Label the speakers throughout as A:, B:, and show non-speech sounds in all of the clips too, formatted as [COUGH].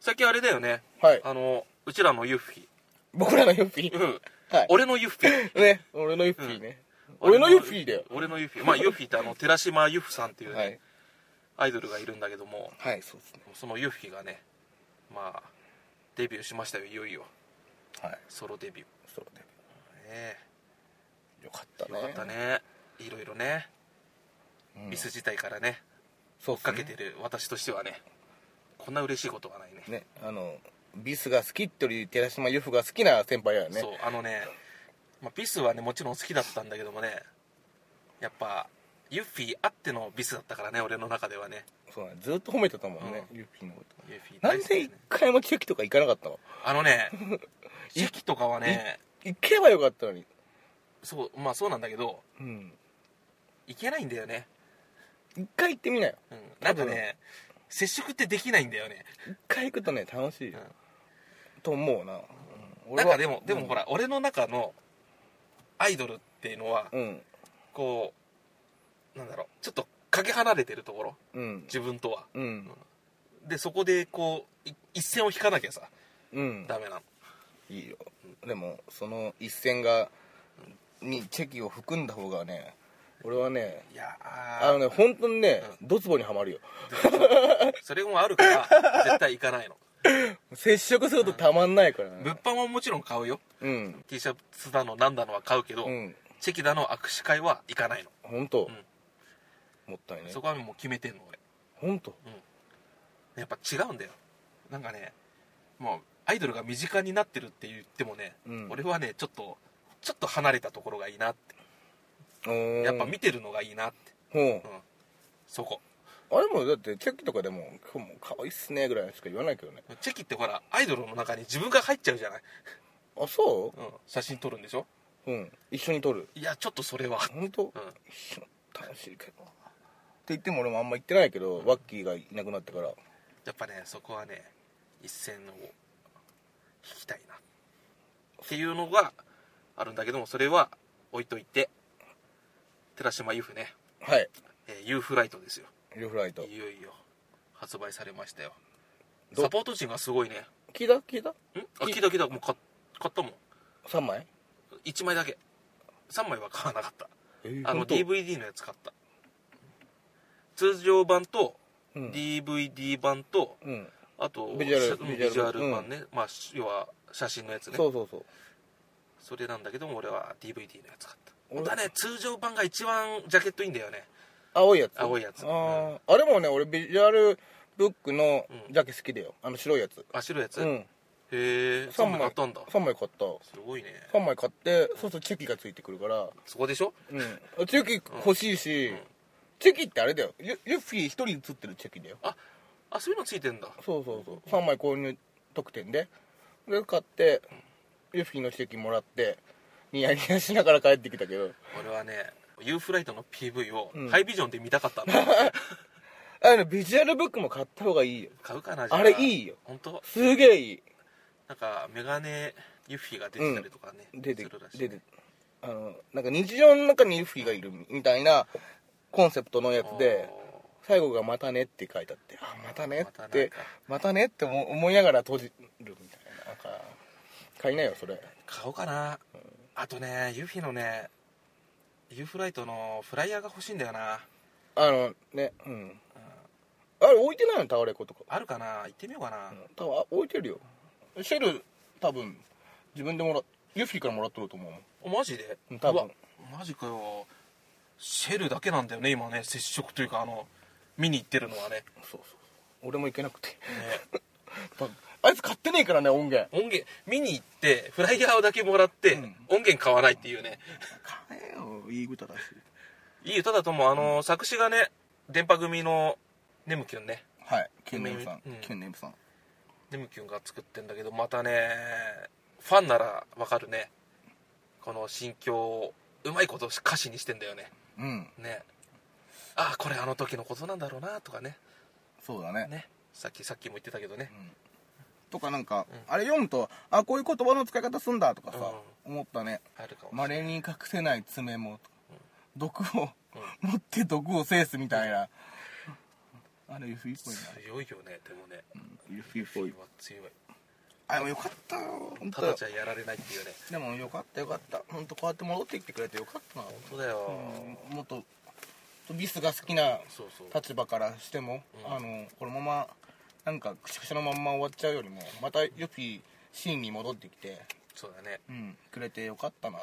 A: 最近あれだよね
B: はい
A: あのうちらのユッフィ
B: 僕らのユッピー
A: うん
B: はい
A: 俺のユッフィ
B: ね俺のユッピーね、 [LAUGHS] 俺のユッピーだよ
A: 俺のユッフィまあユッフィってあの寺島ユフさんっていうね、
B: はい
A: アイドルがいるんだけども
B: はいそうですね
A: そのユッフィがねまあデビューしましたよいよいよ
B: はい
A: ソロデビューね
B: そうね
A: え
B: よかったね
A: よかったねいろいろねミス自体からね
B: そう
A: 追っかけてる私としてはねこんな嬉しいことはないね
B: ねあのビスが好きってより寺島由布が好きな先輩やね
A: そうあのね、まあ、ビスはねもちろん好きだったんだけどもねやっぱユッフィあってのビスだったからね俺の中ではね
B: そうねずっと褒めてたもんね、ユッピーのこと
A: ユッフィ
B: な
A: 大
B: ん
A: 好きだ
B: で
A: よ
B: 一
A: ね
B: 回もチェキとか行かなかったの
A: あの
B: [LAUGHS]
A: ね駅とかはね
B: 行けばよかったのに
A: そうまあそうなんだけど
B: うん
A: 行けないんだよね、
B: 一回行ってみなよ
A: うん、なんかね接触ってできないんだよね、
B: 一回行くとね楽しいよ、
A: うん
B: と思うな、うん
A: な
B: 俺
A: ん
B: は
A: かでも、でもほら俺の中のアイドルっていうのは、
B: うん
A: こうなんだろうちょっとかけ離れてるところ
B: うん
A: 自分とは
B: うん
A: でそこでこうい一線を引かなきゃさ
B: うん
A: ダメなの
B: いいよでもその一戦がにチェキを含んだ方がね俺はね
A: いや
B: あの
A: ー
B: ね本当にね、ドツボにはまるよ
A: それもあるから絶対行かないの
B: 接触するとたまんないからね
A: 物販ももちろん買うよ
B: うん
A: T シャツだのなんだのは買うけど、
B: うん
A: チェキだの握手会は行かないの、
B: 本当、
A: ん
B: もったいね
A: そこはもう決めてんの俺
B: 本当
A: やっぱ違うんだよなんかねもうアイドルが身近になってるって言ってもね、
B: うん
A: 俺はねちょっとちょっと離れたところがいいなってやっぱ見てるのがいいなって
B: ほう
A: そこ
B: あれもだってチェキとかでも「今日も可愛いっすね」ぐらいしか言わないけどね
A: チェキってほらアイドルの中に自分が入っちゃうじゃない、
B: あそ
A: うん、写真撮るんでしょ
B: ううん一緒に撮る
A: いやちょっとそれは
B: 本当、
A: うん
B: 一緒楽しいけどって言っても俺もあんま言ってないけど、ワッキーがいなくなってから
A: やっぱねそこはね一線を引きたいなっていうのがあるんだけどもそれは置いといて寺島由布ね、
B: はい
A: えー、ユーフライトですよ
B: リフライト
A: いよいよ発売されましたよ
B: ど
A: サポート陣がすごいねん
B: 聞いた聞いた
A: あ聞いた聞いたもう買っ買ったもん
B: 3枚
A: 1枚だけ3枚は買わなかった
B: えー
A: あの
B: 本当
A: DVD のやつ買った通常版と
B: うん
A: DVD 版と
B: うん
A: あと
B: ビジュアル
A: しゃうん
B: ビ
A: ビ
B: ジュアル
A: ジュアル版ね、まあ要は写真のやつね
B: そうそうそう
A: それなんだけども俺は DVD のやつ買った
B: 俺
A: 本当はね通常版が一番ジャケットいいんだよね
B: 青いやつ
A: 青いやつ
B: あー、あれもね俺ビジュアルブックの
A: うん
B: ジャケ好きだよあの白いやつ
A: あ白いやつ、
B: う
A: へ
B: ん
A: え3枚買ったんだ
B: 3枚買った
A: すごいね
B: 3枚買ってそうするとチェキがついてくるから
A: そこでしょ
B: うんチェキ欲しいし、
A: ん
B: チェキってあれだよユユッフィー1人写ってるチェキだよ
A: ああそういうのついてんだ
B: そうそうそう3枚購入特典でで買ってユッフィーのチェキもらってニヤニヤしながら帰ってきたけど
A: 俺はね U フライトの PV を
B: うん
A: ハイビジョンで見たか
B: [LAUGHS]
A: ったの、
B: あのビジュアルブックも買った方がいいよ
A: 買うかなじゃ
B: あれいいよ
A: 本当
B: すげえいい
A: なんかメガネユッフィが出てたりとかね、
B: 出て
A: するらしい
B: 出てあのなんか日常の中にユッフィーがいるみたいなコンセプトのやつで最後が「またね」って書いてあって「あまたね」
A: またな
B: っ
A: ん
B: て
A: か
B: 「またね」って思思いながら閉じるみたいななんか買いなよそれ
A: 買おうかな、あとねユッフィのねユーフライトのフライヤーが欲しいんだよな
B: あのねうんあれ置いてないのタワレコとか
A: あるかな行ってみようかな、
B: 多分あ置いてるよシェル多分自分でもらユッフィーからもらっとると思う
A: おマジで
B: うん多
A: う
B: 分
A: わマジかよシェルだけなんだよね今ね接触というかあの見に行ってるのは
B: [LAUGHS]
A: ね
B: そうそう俺も行けなくて
A: ね
B: 多分あいつ買ってねえからね音源
A: 音源見に行ってフライヤーだけもらって、
B: うん
A: 音源買わないっていうね
B: 買えよいい歌だし
A: いい歌だと思うあの、作詞がね電波組のネムキュンね
B: はいキュンネームさん
A: うん
B: キュンネームさん
A: ネムキュンが作ってんだけどまたねファンならわかるねこの心境をうまいこと歌詞にしてんだよね
B: うん
A: ねああこれあの時のことなんだろうなとかね
B: そうだね
A: ねさっきさっきも言ってたけどね
B: とかなんか、あれ読むとあこういう言葉の使い方すんだとかさ、思ったね
A: あるかもしれない
B: まれに隠せない爪も、毒を、持って毒を制すみたいな、あれ FE っぽい
A: 強いよねでもね
B: な FE っぽい
A: 今強い
B: あでもよかったよ本
A: た
B: 当
A: だじゃやられないっていうね
B: でもよかったよかった本当こうやって戻ってきてくれてよかったな
A: そうだよ、
B: うんもっとビスが好きな
A: そうそう
B: 立場からしても、
A: うん
B: あのこのままなんかくしゃくしゃのまんま終わっちゃうよりもまたよぴシーンに戻ってきて、
A: そうだね
B: うん、くれてよかったなっ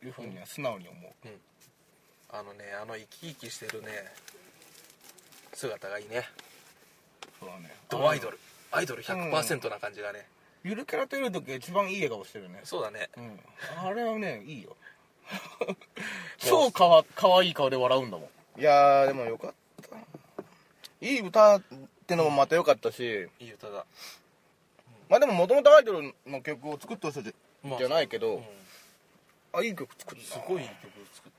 B: ていうふうには素直に思う、
A: うんあのねあの生き生きしてるね姿がいいね
B: そうだね
A: ドアイドルアイドル100%な感じがね、
B: ゆるキャラといる時が一番いい笑顔してるね
A: そうだね
B: うんあれはねいい [LAUGHS] よ超かわかわいい顔で笑うんだもんいやーでもよかったいい歌ってのもまたよかったし
A: いい歌だ
B: まあでももともとアイドルの曲を作った人じ
A: まあ
B: じゃないけど、
A: うん
B: あいい曲作った
A: すごいいい曲作っ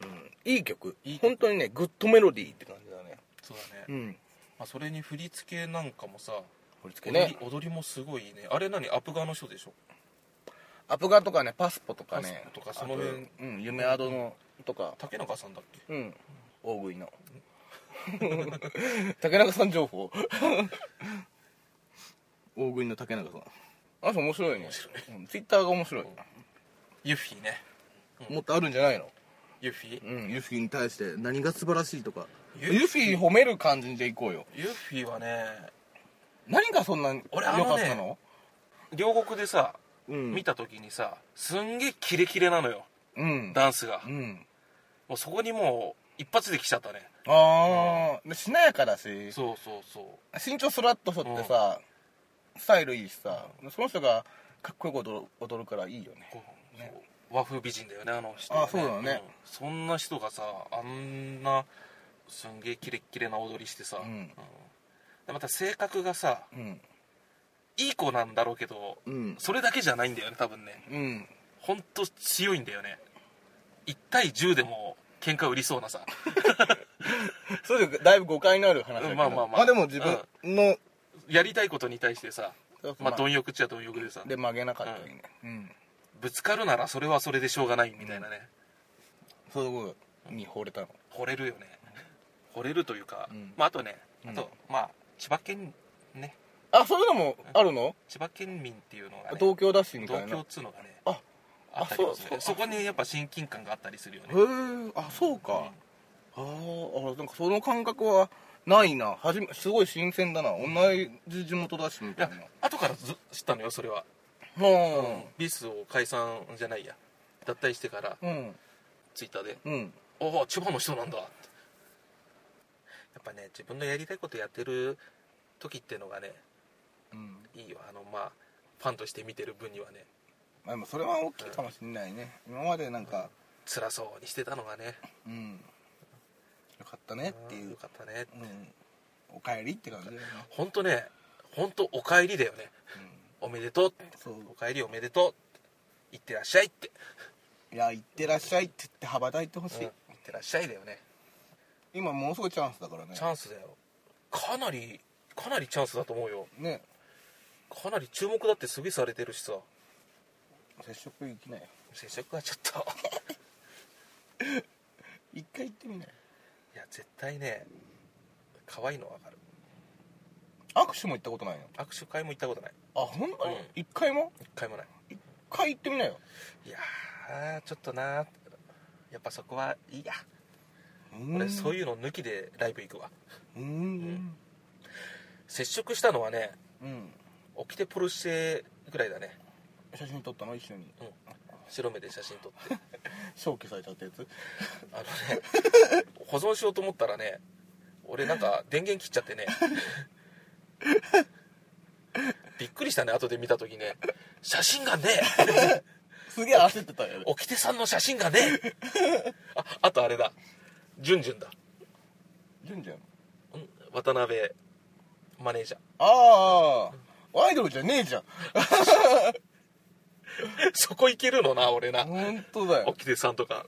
A: たの
B: いい曲
A: いい曲
B: 本当にねグッドメロディーって感じだね
A: そうだね、
B: ん
A: まあ、それに振り付けなんかもさ
B: 振り付
A: 踊り,、
B: けね
A: 踊りもすごいいいねあれ何アプガの人でしょ
B: アプガとかねパスポとかね
A: パスポとかその辺
B: あとうん夢アドのとか
A: 竹中さんだっけ
B: うん大食い [LAUGHS] の竹中さん情報 [LAUGHS] 大食いの竹中さんあの人面白いね
A: 面白
B: い、うん、ツイッターが面白い、
A: ユフィね
B: もっとあるんじゃないの
A: ユフィ
B: うんユフィに対して何が素晴らしいとか
A: ユ
B: ユフィ褒める感じでいこうよ
A: ユフィはね
B: 何がそんなに良
A: 俺
B: か
A: あ
B: った
A: の
B: の
A: ね両国でさ
B: うん
A: 見た時にさすんげえキレキレなのよ
B: うん
A: ダンスが
B: うん
A: もうそこにもう一発で来ちゃったね
B: ああ、でしなやかだし
A: そうそうそう
B: 身長スラッとそってさ、スタイルいいしさその人がかっこよく踊る踊るからいいよね
A: こうそう和風美人だよねあの人、
B: あそうだね
A: んそんな人がさあんなすんげえキレッキレな踊りしてさ、
B: うん
A: でまた性格がさ
B: うん
A: いい子なんだろうけど、
B: うん
A: それだけじゃないんだよね多分ね
B: うん
A: ほんと強いんだよね1対10でも喧嘩売りそうなさ
B: それでだいぶ誤解のある話だけど、
A: うんまあまあまあ
B: でも自分の、
A: やりたいことに対してさまあ貪
B: ん
A: 欲っちゃ貪欲でさ
B: で曲げなかったりねうん、
A: ぶつかるならそれはそれでしょうがないみたいなね、
B: そういうことに惚れたの
A: 惚れるよね惚れるというか、
B: うん
A: まああとね
B: うん
A: あと、まあ千葉県ね
B: あそういうのもあるの、
A: 千葉県民っていうのがね
B: 東京だしみた
A: 同
B: いな
A: 居
B: へ
A: っつうのがね
B: あ
A: あったりもするね
B: あ
A: そ
B: そうそう
A: こにやっぱ親近感があったりするよね
B: えあそうか、あーあなんかその感覚はないなはじめすごい新鮮だな同じ地元だしみ
A: い
B: たい
A: や
B: な
A: 後からず知ったのよそれは、
B: うん
A: ビスを解散じゃないや脱退してから
B: うん
A: ツイッターで
B: うん
A: 「ああ千葉の人なんだ」ってやっぱね自分のやりたいことやってる時ってのがね
B: うん
A: いいよあのまあファンとして見てる分にはね
B: まあでもそれは大きいかもしれないね今までなんか
A: 辛そうにしてたのがね
B: うんよかったねっていう
A: よかったね
B: うんおかえりって感じだよね
A: 本当ね本当お帰りだよねおめでとうって
B: そう
A: お帰りおめでとうって行ってらっしゃいって
B: いや行ってらっしゃいって言って羽ばたいてほしい
A: 行ってらっしゃいだよね
B: 今ものすごいチャンスだからね
A: チャンスだよかなりかなりチャンスだと思うよ
B: ね
A: かなり注目だってすげえされてるしさ
B: 接触行きなよ
A: 接触がちょっと
B: 一回行ってみなよ
A: [LAUGHS] いや絶対ね可愛いの分かる
B: 握手も行ったことないの
A: 握手会も行ったことない
B: あ本当に
A: うん
B: 一回も
A: 一回もない
B: 一回行ってみなよ
A: いやーちょっとなーやっぱそこはいいや俺
B: 俺
A: そう
B: いう
A: いうの抜きでライブ行くわ
B: うん
A: 接触したのはね
B: うん
A: 起きてポルシェぐらいだね
B: 写真撮ったの一緒に
A: うん白目で写真撮って
B: 消去されちゃったやつ
A: あのね保存しようと思ったらね俺なんか電源切っちゃってねびっくりしたね後で見た時ね写真がねえ
B: すげえ焦ってたよね
A: 沖手さんの写真がねえああとあれだじゅんじゅんだ
B: 純ちゃん
A: うん渡辺マネージャー
B: ああアイドルじゃねえじゃん
A: そこいけるのな俺な
B: 本当だよ
A: 沖手さんとか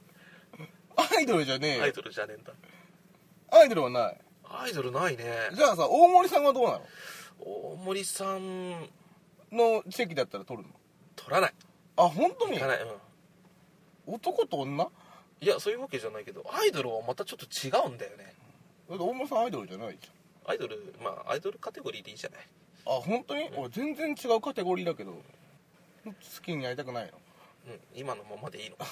B: アイドルじゃねえ
A: アイ
B: よ
A: ドルじゃねえんだ
B: アイドルはない
A: アイドルないね
B: じゃあさ大森さんはどうな
A: 大森さん
B: ののチェキだったら撮るの
A: 取らない
B: あ本当
A: 行
B: に
A: かない、うん、
B: 男と女
A: いやそういうわけじゃないけどアイドルはまたちょっと違うんだよね
B: だって大間さんアイドルじゃないじ
A: アイドルまあアイドルカテゴリーでいいじゃない
B: ゃんあ本当に俺全然違うカテゴリーだけど好きになりたくないの
A: うん今のまま
B: [LAUGHS]
A: でいいのか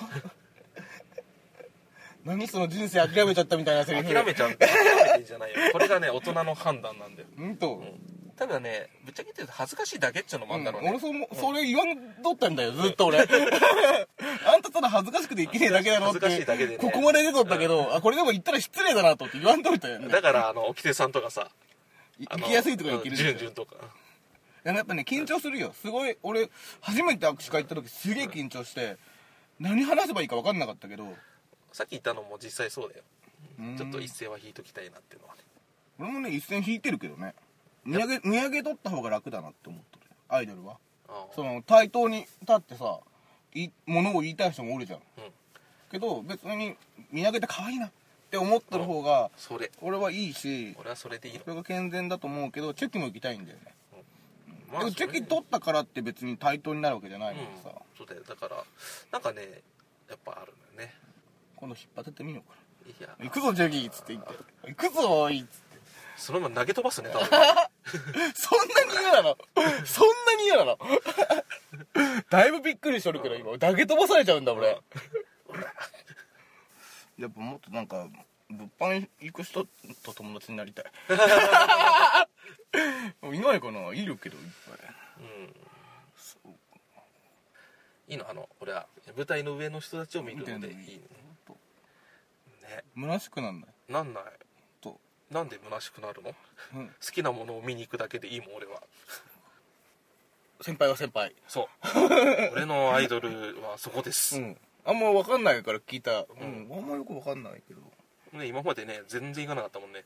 B: 何その人生諦めちゃったみたいなセリ
A: 諦
B: フ
A: めちゃう諦めてんじ
B: [LAUGHS]
A: ゃないよこれがね大人の判断なんだよ、
B: うんと、
A: うん、ただねぶっちゃけ言って恥ずかしいだけっちゅうのもあんだろうね、
B: 俺そうもそれ言わんとったんだよずっと俺あんたただ恥ずかしくて生きねえだけだろって
A: 恥ずかしいだけでね
B: ここまで出とったけど、あこれでも言ったら失礼だなと思って言わんといたよね
A: だからあの沖手さんとかさ
B: い
A: あ
B: 行
A: の
B: きやすいとか行けるん
A: ジ
B: だ
A: ュ
B: よ
A: ンジュンとか
B: でもやっぱね緊張するよすごい俺初めて握手会行った時すげえ緊張して何話せばいいか分かんなかったけど
A: さっき言ったのも実際そうだよ
B: うん
A: ちょっと一線は引いときたいなっていうのはね
B: 俺もね一線引いてるけどね見上げ見上げ取った方が楽だなって思ってるアイドルは
A: ああ
B: その対等に立ってさい物を言いたい人もおるじゃん
A: うん
B: けど別に見上げて可愛いなって思ってる方が
A: それ
B: 俺はいいし
A: 俺はそれでいいの
B: それが健全だと思うけどチェキも行きたいんだよね
A: ま
B: でも
A: そ
B: チ
A: れ
B: ェキ取ったからって別に対等になるわけじゃな
A: う
B: い
A: ん
B: のにさ、
A: そうだよだからなんかねやっぱあるんだよね
B: 今度引っ張ってってみようかない
A: や
B: 行くぞジェギーっつって言って行くぞおいっつって
A: そのまま投げ飛ばすね多
B: [LAUGHS]
A: 分
B: そんなに嫌なのそんなに嫌なのだいぶびっくりしとるけど今投げ飛ばされちゃうんだ俺やっぱもっとなんか物販行く人と友達になりたい [LAUGHS] もういないかないるけどいっぱい
A: うんいいのあの俺は舞台の上の人たちを見るのでいい
B: 見てんの
A: ね
B: と
A: ね
B: 虚しくなんない
A: なんない
B: と、
A: なんで虚しくなるの
B: うん、
A: 好きなものを見に行くだけでいいもん俺は
B: 先輩は先輩
A: そう [LAUGHS] 俺のアイドルはそこです、
B: んあんま分かんないから聞いたうん、あんまよく分かんないけど
A: ね、今までね全然行かなかったもん
B: [LAUGHS]
A: ね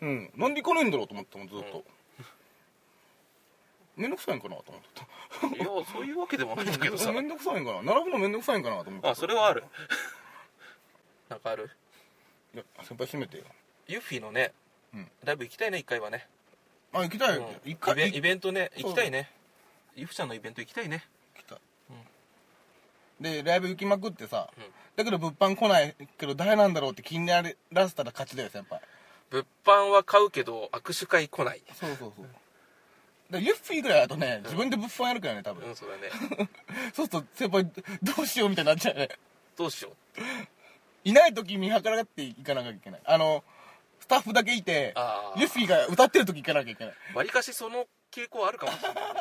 B: うんなんで行かねえんだろうと思ってたもんずっ
A: うん
B: と面倒くさいんかなと
A: [LAUGHS]
B: 思ってた
A: いやそういうわけでもないんだけどさ
B: めんどくさいんかな並ぶのめんどくさいんかなと思って
A: あそれはある [LAUGHS] なんかある
B: いや先輩閉めてよ
A: ユッフィーのね、
B: うん
A: ライブ行きたいね一回はね、
B: あ行きたい
A: うん
B: よ一
A: イベ
B: 回
A: ンイ
B: 行
A: ベントね
B: そ
A: 行
B: う
A: きたいねユフちゃんのイベント行きたいね
B: きたでライブ行きまくってさ
A: うん
B: だけど物販来ないけど誰なんだろうって気にならせたら勝ちだよ先輩
A: 物販は買うけど握手会来ない
B: そうそうそうだからユッフィーぐらいだとね自分で物販やるからね多
A: う
B: 分
A: んそうだね
B: [LAUGHS] そうすると先輩どうしようみたいになっちゃうね
A: どうしよう
B: いない時見計らっていかなきゃいけないあのスタッフだけいて
A: あー
B: ユッフィーが歌ってる時行かなきゃいけない
A: わりかしその傾向あるかもしれない